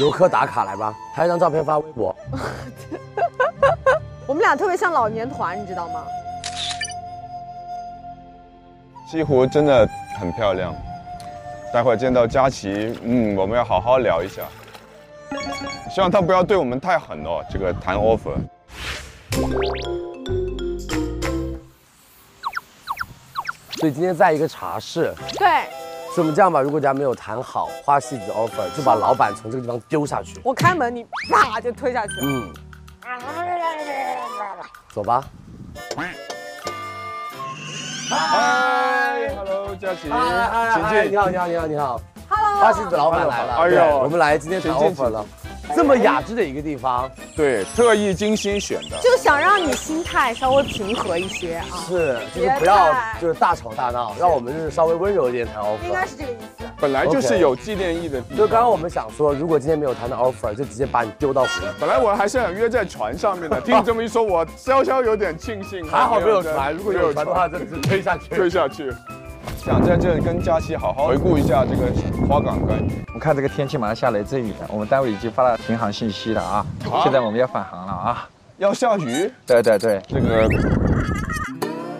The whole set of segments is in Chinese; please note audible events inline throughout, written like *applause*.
游客打卡来吧，拍一张照片发微博。我们俩特别像老年团，你知道吗？西湖真的很漂亮，待会儿见到佳琪，嗯，我们要好好聊一下。希望他不要对我们太狠哦，这个谈 offer。所以今天在一个茶室，对，所以我们这样吧，如果大家没有谈好花戏子 offer，就把老板从这个地方丢下去。我开门，你啪就推下去了。嗯，走吧。嗨，Hello，佳琪，哎请你进。好，你好，你好，你好。 Hello，花西子老板来了，哎呦对哎呦我们来今天谈请进 offer 了，这么雅致的一个地方，对，特意精心选的。就想让你心态稍微平和一些啊，是，就是别不要太就是大吵大闹，让我们就是稍微温柔一点谈应该 offer。是这个意思。本来就 OK 是有纪念意义的地方。就刚刚我们想说，如果今天没有谈到 offer，就直接把你丢到湖里。本来我还是想约在船 *laughs* 上面的，听你这么一说，我稍稍有点庆幸。还哎好没有在船，如果没有船的话，真的是推下去。 *laughs* 推下去。想在这跟佳琪好好回顾一下这个花港关于。我们看这个天气马上下雷阵雨了，我们单位已经发了停航信息了啊，现在我们要返航了啊。要下雨，对对对，这个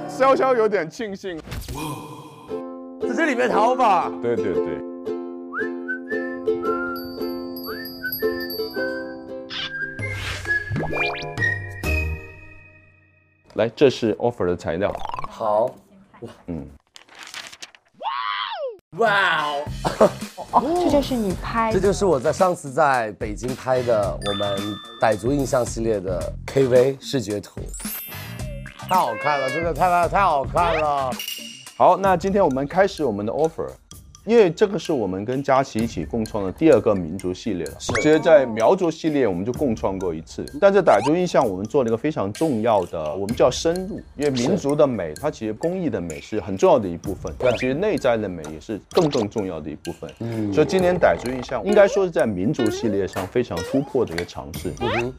稍稍有点庆幸。在这里面谈 offer，对对对。来，这是 offer 的材料。好，嗯嗯，哇哦。这就是你拍这就是我在上次在北京拍的我们傣族印象系列的 KV 视觉图，太好看了，真的太太太好看了。好，那今天我们开始我们的 offer，因为这个是我们跟佳琪一起共创的第二个民族系列了。其实，在苗族系列我们就共创过一次，但是傣族印象我们做了一个非常重要的，我们叫深入，因为民族的美，它其实工艺的美是很重要的一部分，那其实内在的美也是更更重要的一部分。嗯，所以今年傣族印象应该说是在民族系列上非常突破的一个尝试。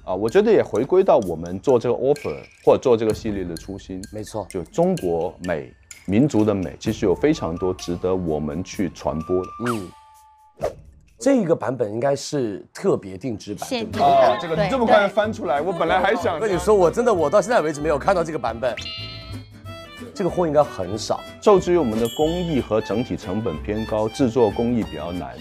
啊，我觉得也回归到我们做这个 offer 或者做这个系列的初心。没错，就中国美民族的美，其实有非常多值得我们去传播的。嗯，这个版本应该是特别定制版。对现不对地哦的，对对翻出来，我本来还想我跟你说，我真的我到现在为止没有看到这个版本，这个货应该很少。受制于我们的工艺和整体成本偏高，制作工艺比较难，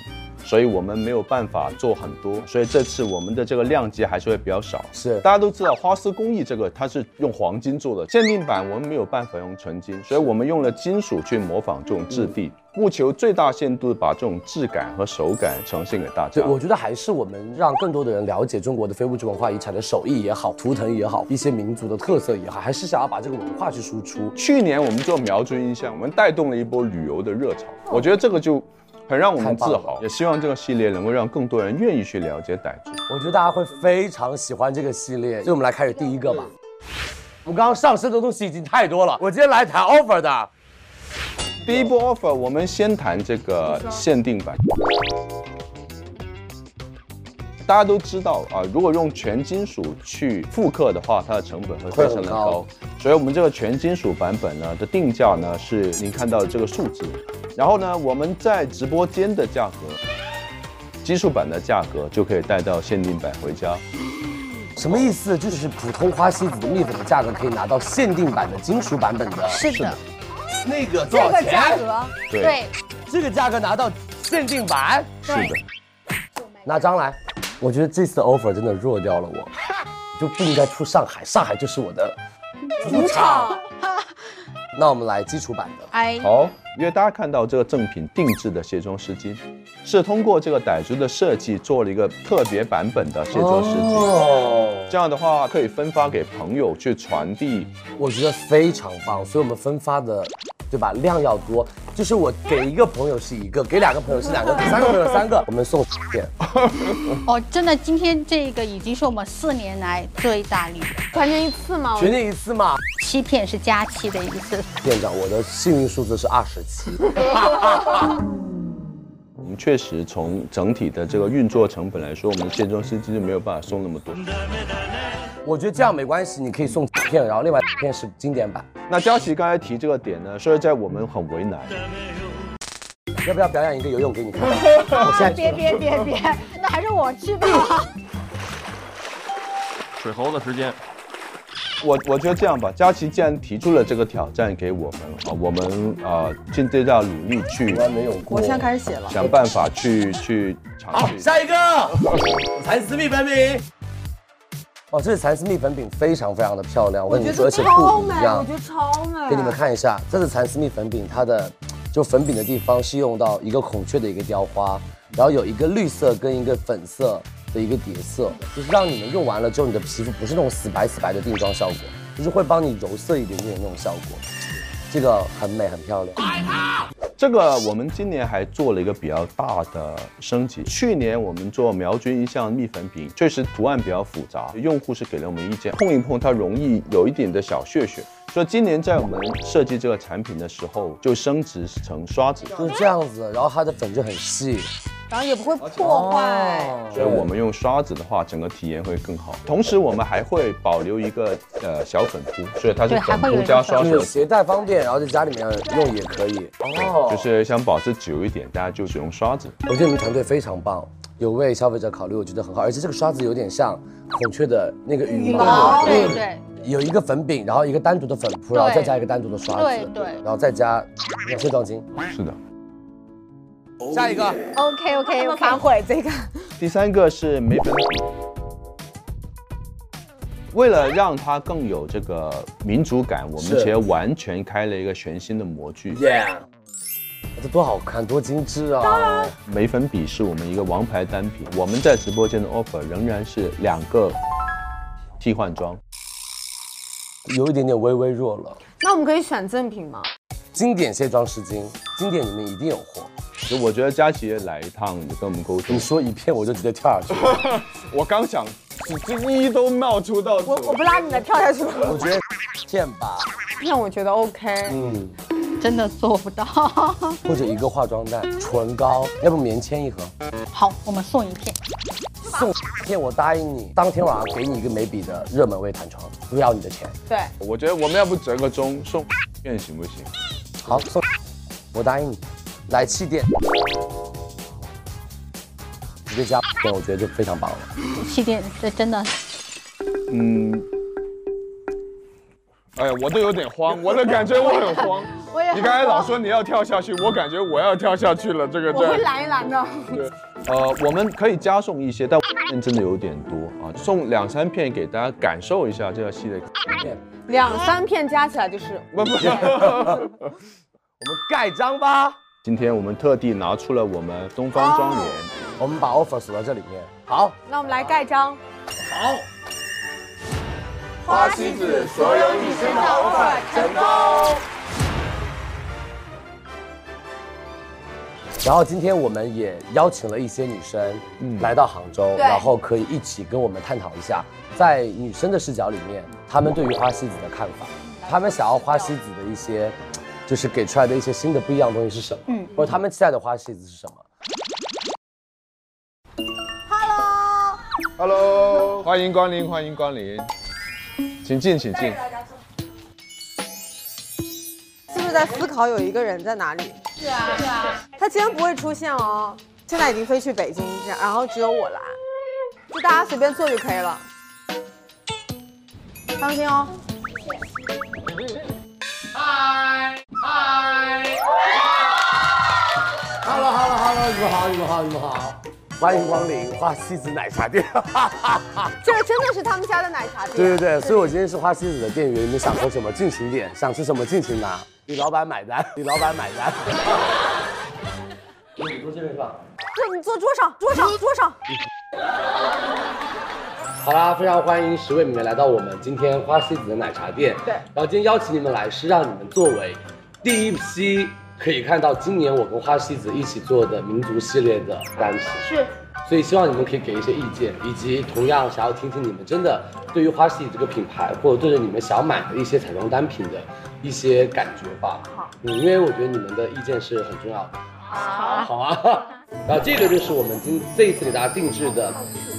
所以我们没有办法做很多，所以这次我们的这个量级还是会比较少。是大家都知道花丝工艺这个它是用黄金做的，限定版我们没有办法用纯金，所以我们用了金属去模仿这种质嗯地，务求最大限度地把这种质感和手感呈现给大家对，。我觉得还是我们让更多的人了解中国的非物质文化遗产的手艺也好，图腾也好，一些民族的特色也好，还是想要把这个文化去输出。去年我们做苗族印象，我们带动了一波旅游的热潮，我觉得这个就很让我们自太棒豪，也希望这个系列能够让更多人愿意去了解傣族。我觉得大家会非常喜欢这个系列，所以我们来开始第一个吧。我们刚刚上升的东西已经太多了，我今天来谈 offer 的。第一波 offer，我们先谈这个限定版。大家都知道啊，如果用全金属去复刻的话，它的成本会非会常的很高高，所以我们这个全金属版本呢的定价呢是您看到的这个数字，然后呢我们在直播间的价格，基础版的价格就可以带到限定版回家。什么意思？就是普通花西子的蜜粉的价格可以拿到限定版的金属版本的，是的，那个多这少个价钱？格，对，这个价格拿到限定版，是的。拿张来。我觉得这次的 offer 真的弱掉了我，就不应该出上海，上海就是我的主场。那我们来基础版的，哎，好，因为大家看到这个正品定制的卸妆湿巾，是通过这个傣族的设计做了一个特别版本的卸妆湿巾。哦这样的话可以分发给朋友去传递。我觉得非常棒，所以我们分发的，对吧？量要多，就是我给一个朋友是一个，给两个朋友是两个，给三个朋友三个，我们送点。哦，真的，今天这个已经是我们四年来最大力的团年一次嘛，全年一次嘛。欺骗，是佳期的一次。店长，我的幸运数字是二十七，我们确实从整体的这个运作成本来说，我们卸妆湿巾就没有办法送那么多。我觉得这样没关系，你可以送几片，然后另外一片是经典版。那佳琪刚才提这个点呢，说实在我们很为难。要不要表演一个游泳给你看？啊我现在去别了别别 *laughs* 别，那还是我去吧。水猴子时间，我我觉得这样吧，佳琪既然提出了这个挑战给我们啊，我们啊尽最大努力去从来没有过。我现在开始写了。想办法去去尝好，试。下一个，蚕丝蜜粉饼，哦，这是蚕丝蜜粉饼，非常非常的漂亮。我我跟你觉说，而得且超不美，一我样觉。得超美。给你们看一下，这是蚕丝蜜粉饼，它的就粉饼的地方是用到一个孔雀的一个雕花，然后有一个绿色跟一个粉色的一个叠色，就是让你们用完了之后，你的皮肤不是那种死白死白的定妆效果，就是会帮你柔色一点点的那种效果。这个很美，很漂亮。这个我们今年还做了一个比较大的升级。去年我们做苗军一项蜜粉饼，确实图案比较复杂，用户是给了我们意见，碰一碰它容易有一点的小屑屑。所以今年在我们设计这个产品的时候，就升值成刷子，就是这样子，然后它的粉就很细，然后也不会破哦坏。所以我们用刷子的话，整个体验会更好。同时，我们还会保留一个呃小粉扑，所以它是对还粉会有扑一个加小刷粉子就是，携带方便，然后在家里面用也可以。哦，就是想保持久一点，大家就只用刷子。我觉得你们团队非常棒，有为消费者考虑，我觉得很好。而且这个刷子有点像孔雀的那个羽毛，嗯对对有一个粉饼，然后一个单独的粉扑，然后对再加一个单独的刷子，对对然后再加两些钢筋。是的。下一个， ，OK 哎 OK 我 OK，反悔这个，第三个是眉粉饼，为了让它更有这个民族感，我们是其实完全开了一个全新的模具。耶，这多好看，多精致啊！眉粉笔是我们一个王牌单品，我们在直播间的 offer 仍然是两个替换装。有一点点微微弱了。那我们可以选赠品吗？经典卸妆湿巾，经典你们一定有货。就我觉得佳琪来一趟，你就跟我们沟通你。说一片，我就直接跳下去。我刚想，只这一都冒出到我我不拉你们跳下去我了。觉得骗吧，那我觉得 OK，嗯，真的做不到。 *laughs* 或者一个化妆蛋、唇膏，要不棉签一盒。好，我们送一片。送片，我答应你，当天晚上给你一个眉笔的热门微弹窗，不要你的钱。对，我觉得我们要不折个中送，看行不行？好，送，我答应你。来气垫，直接加，我觉得就非常棒了。气垫，这真的嗯，哎呀，我都有点慌，我的感觉我很慌。我也你刚才老说你要跳下去，我感觉我要跳下去了。这个我会这，拦一拦的。呃，我们可以加送一些，但真的有点多啊，送两三片给大家感受一下这个系列。两三片加起来就是不不， *laughs* 我们盖章吧。今天我们特地拿出了我们东方庄园，我们把 offer 锁到这里面。好，那我们来盖章。好，花西子所有女生的 offer 成功。然后今天我们也邀请了一些女生来到杭州，然后可以一起跟我们探讨一下，在女生的视角里面，她们对于花西子的看法，她们想要花西子的一些，就是给出来的一些新的不一样的东西是什么，嗯或者她们期待的花西子是什么。 Hello，欢迎光临，欢迎光临，请进，请进。是不是在思考有一个人在哪里？是啊是啊，他今天不会出现哦，现在已经飞去北京，这样然后只有我来，就大家随便坐就可以了，当心哦。 Hello，Hello，Hello，你们好，你们好，你们好，欢迎光临花西子奶茶店。这个真的是他们家的奶茶店。对对对，所以我今天是花西子的店员，你们想喝什么尽情点，想吃什么尽情拿，给老板买单，给老板买单。你坐这边是吧？对，你坐桌上，桌上，桌上。好啦，非常欢迎十位你们来到我们今天花西子的奶茶店。对然后今天邀请你们来是让你们作为第一批可以看到今年我跟花西子一起做的民族系列的单品。是。所以希望你们可以给一些意见，以及同样想要听听你们真的对于花西子这个品牌，或者对着你们想买的一些彩妆单品的一些感觉吧。好，嗯，因为我觉得你们的意见是很重要的。好，好啊。 *laughs* 然后这个就是我们今这一次给大家定制的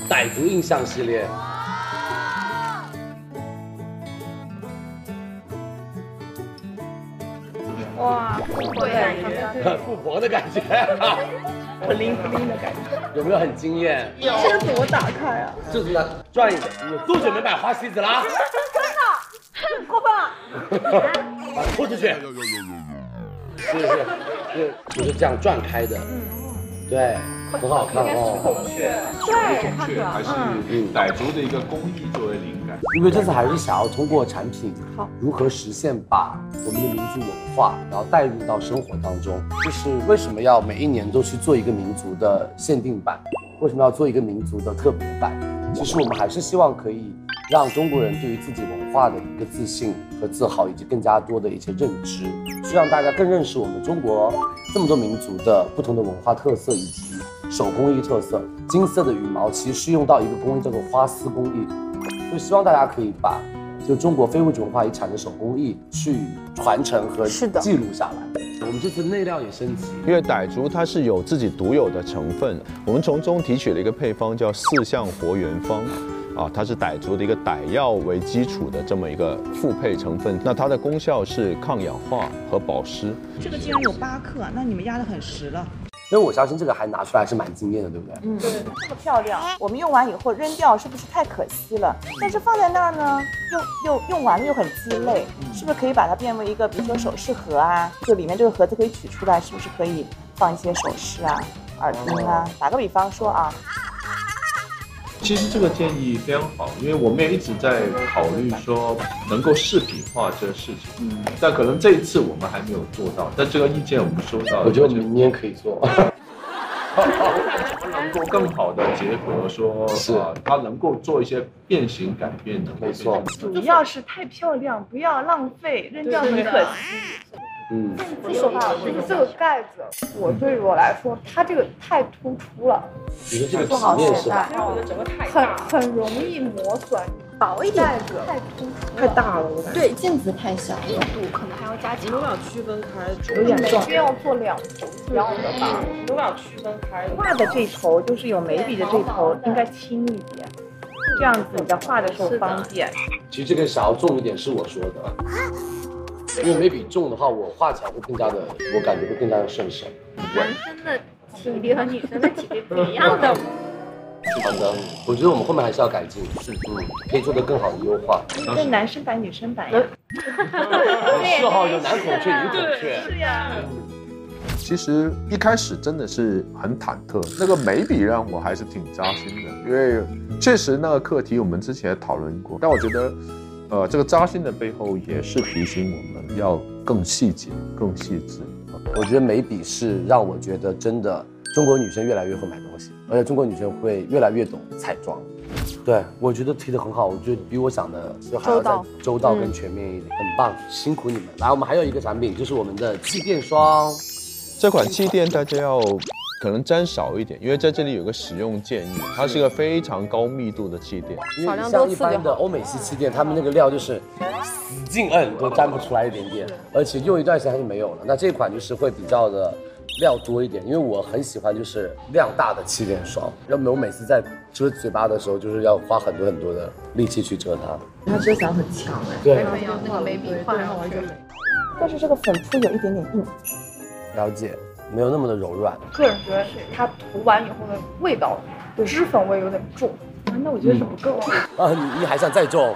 傣族印象系列。哇，好感人。 *laughs* 富婆的感觉，啊我 *laughs* 灵不灵的感觉。有没有很惊艳？这怎么打开啊？就是呢，转一转，你多久没买花西子 *laughs* 了啊？过分把了。它 *laughs* 拖出去。是是是，就是这样转开的。嗯对，很好看哦。哎嗯却啊还是傣族的一个工艺作为灵感。因为这次还是想要通过产品，如何实现把我们的民族文化，然后带入到生活当中。就是为什么要每一年都去做一个民族的限定版？为什么要做一个民族的特别版？其实我们还是希望可以让中国人对于自己文化的一个自信和自豪，以及更加多的一些认知，去让大家更认识我们中国这么多民族的不同的文化特色以及手工艺特色。金色的羽毛其实是用到一个工艺叫做花丝工艺，就希望大家可以把就中国非物质文化遗产的手工艺去传承和是的记录下来。我们这次内料也升级，因为傣族它是有自己独有的成分，我们从中提取了一个配方叫四象活元方。啊，它是傣族的一个傣药为基础的这么一个复配成分，那它的功效是抗氧化和保湿。这个竟然有八克，那你们压得很实了。因为我相信这个还拿出来是蛮惊艳的，对不对？嗯，这么漂亮，我们用完以后扔掉是不是太可惜了？但是放在那儿呢，又又用完了又很鸡肋，嗯是不是可以把它变为一个，比如说首饰盒啊，就里面这个盒子可以取出来，是不是可以放一些首饰啊、耳哦钉啊？打个比方说啊，其实这个建议非常好，因为我们也一直在考虑说能够视频化这个事情，嗯，但可能这一次我们还没有做到，但这个意见我们收到，我觉得明年可以做。 *laughs* 能够更好的结合说，是啊，它能够做一些变形改变，能够没错变成主要是太漂亮，不要浪费，扔掉很可惜。 *laughs* 嗯，这手帕这个盖子，我对于我来说，它这个太突出了，你说这个体面是吧？我觉得整个太很很容易磨损。薄一点，盖子太突出了，太大了，我感觉。对，镜子太小，硬度可能还要加你强们。俩区分还是我们每边要做两幅一样的吧？你们俩区分还是画的这头就是有眉笔的这头应该轻一点，这样子你在画的时候方便。其实这个想要重一点是我说的，因为眉笔重的话，我画起来会更加的，我感觉会更加的顺手。男生的体力和女生的体力不一样的。好的，我觉得我们后面还是要改进，是嗯，可以做得更好的优化。那男生版女生版呀？ *laughs* 是哈，有男孔雀，女孔雀。是呀。其实一开始真的是很忐忑，那个眉笔让我还是挺扎心的，因为确实那个课题我们之前也讨论过，但我觉得，呃，这个扎心的背后也是提醒我们要更细节、更细致。我觉得眉笔是让我觉得真的，中国女生越来越会买东西，而且中国女生会越来越懂彩妆。对，我觉得提的很好，我觉得比我想的就还要再周到嗯跟全面一点，很棒，辛苦你们。来，我们还有一个产品就是我们的气垫霜，这款气垫大家要可能沾少一点，因为在这里有个使用建议，它是一个非常高密度的气垫。因少为量像多一次就好般的欧美系气垫，他们那个料就是使劲摁都粘不出来一点点，而且用一段时间它就没有了。那这款就是会比较的料多一点，因为我很喜欢就是量大的气垫霜，要么我每次在遮嘴巴的时候，就是要花很多很多的力气去遮它。它遮瑕很强哎。对，有那个眉笔画上去。但是这个粉扑有一点点硬，了解，没有那么的柔软。个人觉得是它涂完以后的味道，脂粉味有点重。啊那我觉得是不够啊。啊，你你还想再重？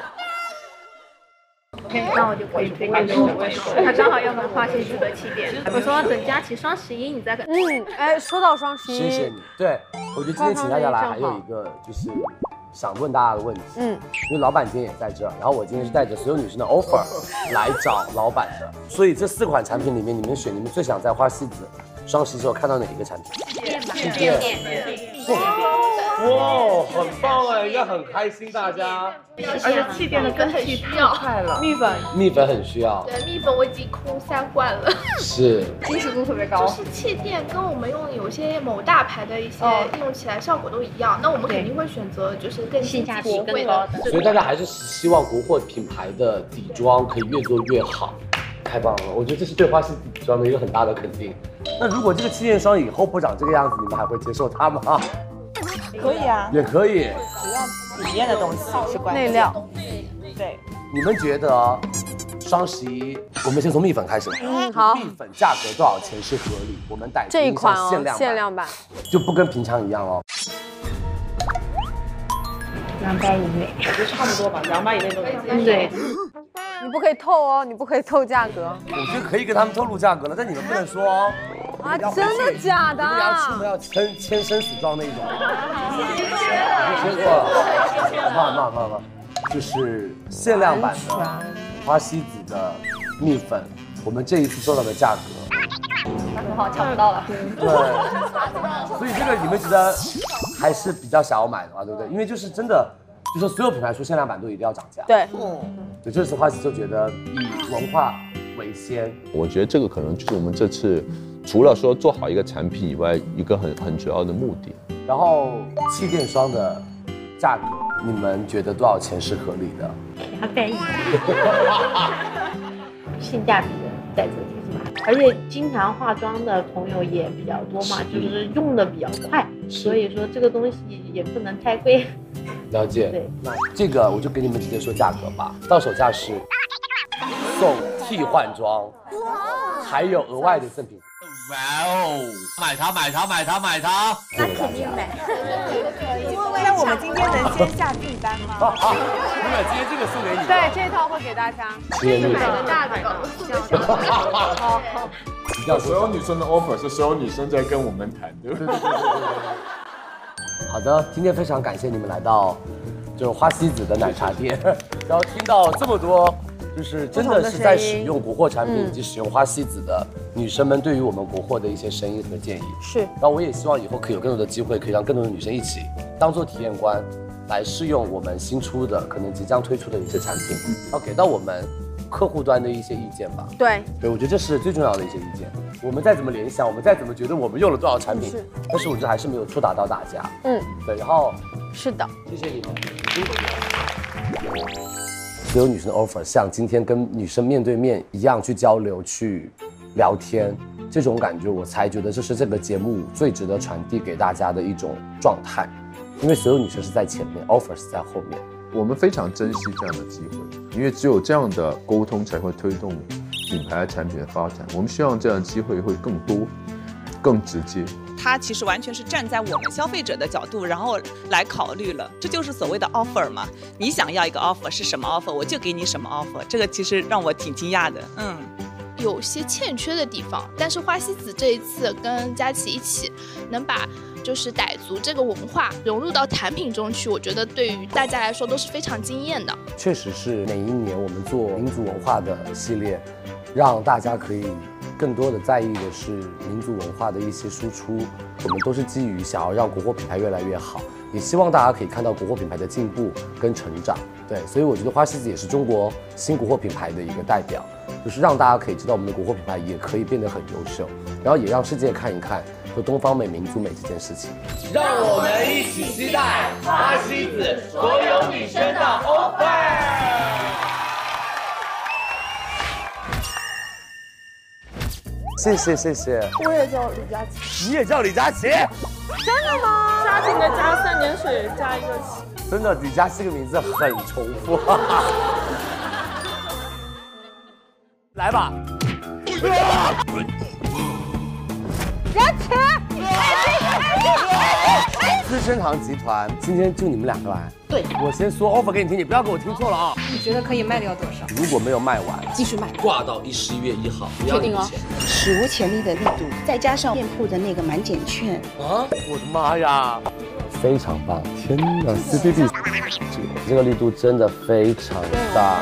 那我就可以推荐给我我也是，它刚好要买花西子的气垫。我说等佳琪双十一你再给。嗯，哎，说到双十一，谢谢你。对，我觉得今天请大家来还有一个就是想问大家的问题，嗯，因为老板今天也在这儿，然后我今天是带着所有女生的 *laughs* offer 来找老板的，所以这四款产品里面，你们选你们最想在花西子双十一时候看到哪一个产品？气垫，哇，很棒哎，应该很开心大家。而且气垫的更替太快了。蜜粉，蜜粉很需要，对蜜粉我已经空三罐了，是支持度特别高。就是气垫跟我们用有些某大牌的一些哦应用起来效果都一样，那我们肯定会选择就是更性价比更高的。所以大家还是希望国货品牌的底妆可以越做越好。太棒了，我觉得这是对花西子底妆的一个很大的肯定。那如果这个气垫霜以后不长这个样子，你们还会接受它吗？可以啊， *laughs* 也可以。体验的东西是关键。内料，对，你们觉得双十一，我们先从蜜粉开始吧。嗯好蜜粉价格多少钱是合理？我们逮这一款定哦下限量，限量版，就不跟平常一样哦。两百以内，我觉得差不多吧，两百以内都可以。对，你不可以透哦，你不可以透价格我觉得可以跟他们透露价格了，但你们不能说哦。啊！真的假的你们俩出啊？门要签签生死状那一种。我听过了，慢慢慢慢，就是限量版的花西子的蜜粉，我们这一次做到的价格。很好，抢不到了。对，所以这个你们觉得还是比较想要买的嘛，对不对？因为就是真的，就说所有品牌出限量版都一定要涨价。对，对，这次花西就觉得以文化为先，我觉得这个可能就是我们这次除了说做好一个产品以外，一个很很主要的目的。然后气垫霜的价格，你们觉得多少钱是合理的？两百以内，性价比的在这里是吧？而且经常化妆的朋友也比较多嘛，是就是用的比较快，所以说这个东西也不能太贵。了解。那这个我就给你们直接说价格吧，到手价是送替换装，还有额外的赠品。哇哦，买它买它买它买它！那肯定买。那我们今天能先下订单吗？你把今天这个送给你。对，这套会给大家。揭秘买个 *laughs* 大的，好好所有女生的 offer 是所有女生在跟我们谈，对不对？好的，今天非常感谢你们来到就是花西子的奶茶店，然后听到这么多。就是真的是在使用国货产品以及使用花西子的女生们对于我们国货的一些声音和建议。是，然后我也希望以后可以有更多的机会，可以让更多的女生一起当做体验官，来试用我们新出的、可能即将推出的一些产品，然后给到我们客户端的一些意见吧。对，对，我觉得这是最重要的一些意见。我们再怎么联想，我们再怎么觉得我们用了多少产品是，但是我觉得还是没有触达到大家。嗯，对，然后是的。谢谢你们。所有女生的 offer，像今天跟女生面对面一样去交流、去聊天，这种感觉我才觉得这是这个节目最值得传递给大家的一种状态，因为所有女生是在前面，offer 是在后面。我们非常珍惜这样的机会，因为只有这样的沟通才会推动品牌产品的发展。我们希望这样的机会会更多、更直接。它其实完全是站在我们消费者的角度，然后来考虑了，这就是所谓的 offer 嘛。你想要一个 offer 是什么 offer，我就给你什么 offer。这个其实让我挺惊讶的，嗯。有些欠缺的地方，但是花西子这一次跟佳琪一起，能把就是傣族这个文化融入到产品中去，我觉得对于大家来说都是非常惊艳的。确实是每一年我们做民族文化的系列，让大家可以更多的在意的是民族文化的一些输出。我们都是基于想要让国货品牌越来越好，也希望大家可以看到国货品牌的进步跟成长。对，所以我觉得花西子也是中国新国货品牌的一个代表，就是让大家可以知道我们的国货品牌也可以变得很优秀，然后也让世界看一看和东方美、民族美这件事情。让我们一起期待花西子所有女生的 offer。谢谢谢谢，我也叫李佳琦，你也叫李佳琦。真的吗？加进的加三点水加一个琦。真的，李佳琦这个名字很重复。 *laughs* 来吧，佳琪，资生堂集团今天就你们两个来。对我先说 offer 给你听，你不要给我听错了啊！你觉得可以卖掉多少？如果没有卖完，继续卖，挂到一十一月一号，不要确领定哦钱。。史无前例的力度，再加上店铺的那个满减券，啊！我的妈呀，非常棒！天哪，CBD 这个力度真的非常大。